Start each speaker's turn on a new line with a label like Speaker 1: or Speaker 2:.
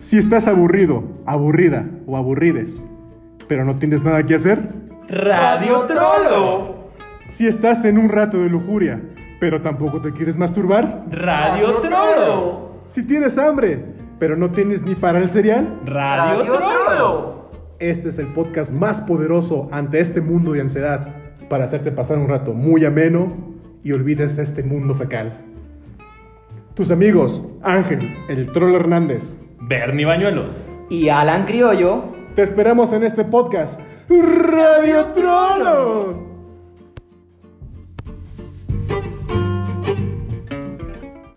Speaker 1: Si estás aburrido, aburrida o aburrides, pero no tienes nada que hacer.
Speaker 2: Radio Trolo.
Speaker 1: Si estás en un rato de lujuria, pero tampoco te quieres masturbar.
Speaker 2: Radio Trolo.
Speaker 1: Si tienes hambre, pero no tienes ni para el cereal.
Speaker 2: Radio Trolo.
Speaker 1: Este es el podcast más poderoso ante este mundo de ansiedad para hacerte pasar un rato muy ameno y olvides este mundo fecal. Tus amigos, Ángel, el Troll Hernández,
Speaker 2: Bernie Bañuelos.
Speaker 3: Y Alan Criollo.
Speaker 1: Te esperamos en este podcast. Radio Trono.